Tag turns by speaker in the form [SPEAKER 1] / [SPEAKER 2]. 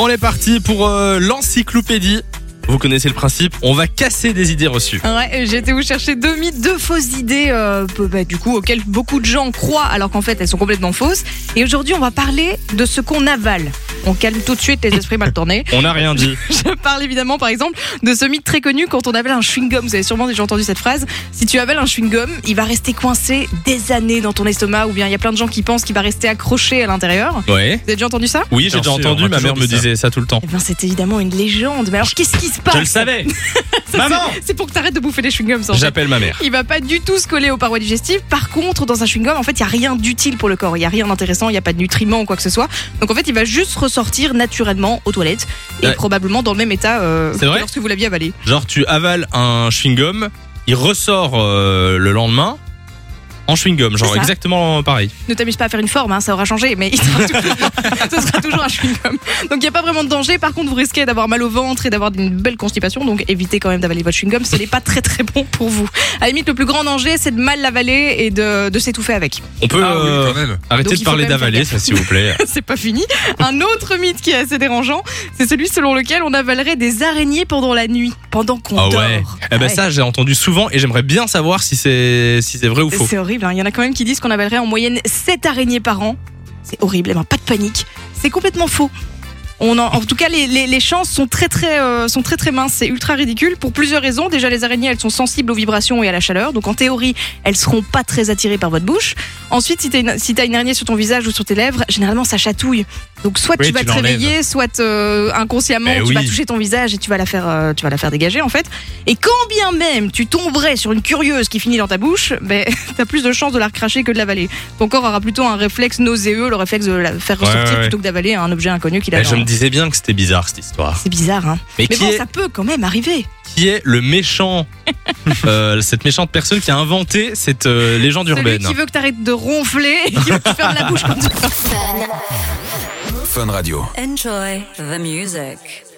[SPEAKER 1] On est parti pour euh, l'encyclopédie. Vous connaissez le principe, on va casser des idées reçues.
[SPEAKER 2] Ouais, j'étais vous chercher deux mythes, deux fausses idées, euh, peu- bah, du coup, auxquelles beaucoup de gens croient, alors qu'en fait, elles sont complètement fausses. Et aujourd'hui, on va parler de ce qu'on avale. On calme tout de suite les esprits mal tournés.
[SPEAKER 1] On n'a rien dit.
[SPEAKER 2] Je parle évidemment, par exemple, de ce mythe très connu quand on avale un chewing-gum. Vous avez sûrement déjà entendu cette phrase. Si tu avales un chewing-gum, il va rester coincé des années dans ton estomac, ou bien il y a plein de gens qui pensent qu'il va rester accroché à l'intérieur.
[SPEAKER 1] Ouais.
[SPEAKER 2] Vous avez déjà entendu ça
[SPEAKER 1] Oui, j'ai
[SPEAKER 3] Bien
[SPEAKER 1] déjà
[SPEAKER 3] sûr,
[SPEAKER 1] entendu,
[SPEAKER 3] on m'a
[SPEAKER 1] ma mère me
[SPEAKER 3] toujours dit ça.
[SPEAKER 1] disait ça tout le temps.
[SPEAKER 2] Eh bien, c'est évidemment une légende. Mais alors, qu'est-ce qui se passe
[SPEAKER 3] Je le savais
[SPEAKER 2] Ça,
[SPEAKER 3] Maman
[SPEAKER 2] c'est- C'est pour que t'arrêtes de bouffer des chewing-gums, sans
[SPEAKER 1] J'appelle ma mère.
[SPEAKER 2] Il va pas du tout se coller aux parois digestives. Par contre, dans un chewing-gum, en fait, il y a rien d'utile pour le corps. Il y a rien d'intéressant, il y a pas de nutriments ou quoi que ce soit. Donc en fait, il va juste ressortir naturellement aux toilettes et
[SPEAKER 1] Ouais.
[SPEAKER 2] probablement dans le même état euh,
[SPEAKER 1] C'est
[SPEAKER 2] que
[SPEAKER 1] vrai
[SPEAKER 2] lorsque vous l'aviez avalé.
[SPEAKER 1] Genre, tu avales un chewing-gum, il ressort euh, le lendemain en chewing-gum. Genre,
[SPEAKER 2] C'est ça.
[SPEAKER 1] exactement pareil.
[SPEAKER 2] Ne t'amuse pas à faire une forme, hein, ça aura changé, mais il sera toujours, ce sera toujours un chewing-gum. Donc il n'y a pas vraiment de danger. Par contre, vous risquez d'avoir mal au ventre et d'avoir une belle constipation. Donc évitez quand même d'avaler votre chewing-gum. Ce n'est pas très très bon pour vous. À la limite, le plus grand danger, c'est de mal l'avaler et de, de s'étouffer avec.
[SPEAKER 1] On peut
[SPEAKER 3] Ah oui,
[SPEAKER 1] euh,
[SPEAKER 3] quand même.
[SPEAKER 1] arrêter
[SPEAKER 2] Donc, il
[SPEAKER 1] de
[SPEAKER 2] faut
[SPEAKER 1] parler
[SPEAKER 2] quand même
[SPEAKER 1] d'avaler,
[SPEAKER 2] faire
[SPEAKER 1] ça, s'il vous plaît.
[SPEAKER 2] c'est pas fini. Un autre mythe qui est assez dérangeant, c'est celui selon lequel on avalerait des araignées pendant la nuit, pendant qu'on
[SPEAKER 1] Ah
[SPEAKER 2] dort.
[SPEAKER 1] ouais. Eh
[SPEAKER 2] Ah
[SPEAKER 1] ben,
[SPEAKER 2] ouais.
[SPEAKER 1] ça, j'ai entendu souvent et j'aimerais bien savoir si c'est si c'est vrai ou faux.
[SPEAKER 2] c'est horrible. hein. Il y en a quand même qui disent qu'on avalerait en moyenne 7 araignées par an. C'est horrible. Eh ben, pas de panique. C'est complètement faux. On en, en tout cas, les, les- les chances sont très très, euh, sont très très minces. C'est ultra ridicule pour plusieurs raisons. Déjà, les araignées, elles sont sensibles aux vibrations et à la chaleur. Donc, en théorie, elles seront pas très attirées par votre bouche. Ensuite, si t'as une, si t'as une araignée sur ton visage ou sur tes lèvres, généralement, ça chatouille. Donc, soit
[SPEAKER 3] Oui,
[SPEAKER 2] tu vas
[SPEAKER 3] tu
[SPEAKER 2] te
[SPEAKER 3] l'enlèves.
[SPEAKER 2] réveiller, soit euh, inconsciemment,
[SPEAKER 1] Eh
[SPEAKER 2] tu vas
[SPEAKER 1] oui.
[SPEAKER 2] toucher ton visage et tu vas la faire, euh, tu vas la faire dégager en fait. Et quand bien même tu tomberais sur une curieuse qui finit dans ta bouche, ben, t'as plus de chances de la recracher que de l'avaler. Ton corps aura plutôt un réflexe nauséeux, le réflexe de la faire
[SPEAKER 1] Ouais, ouais,
[SPEAKER 2] ressortir
[SPEAKER 1] ouais.
[SPEAKER 2] plutôt que d'avaler un objet inconnu qu'il a
[SPEAKER 1] Eh,
[SPEAKER 2] dans-
[SPEAKER 1] je me disais bien que c'était bizarre cette histoire.
[SPEAKER 2] C'est bizarre, hein.
[SPEAKER 1] Mais,
[SPEAKER 2] Mais
[SPEAKER 1] qui
[SPEAKER 2] bon,
[SPEAKER 1] est
[SPEAKER 2] ça peut quand même arriver.
[SPEAKER 1] qui est le méchant, euh, cette méchante personne qui a inventé cette euh, légende
[SPEAKER 2] Celui
[SPEAKER 1] urbaine.
[SPEAKER 2] qui veut que t'arrêtes de ronfler et qui veut que tu fermes la bouche quand tu
[SPEAKER 3] Fun Radio.
[SPEAKER 4] Enjoy the music.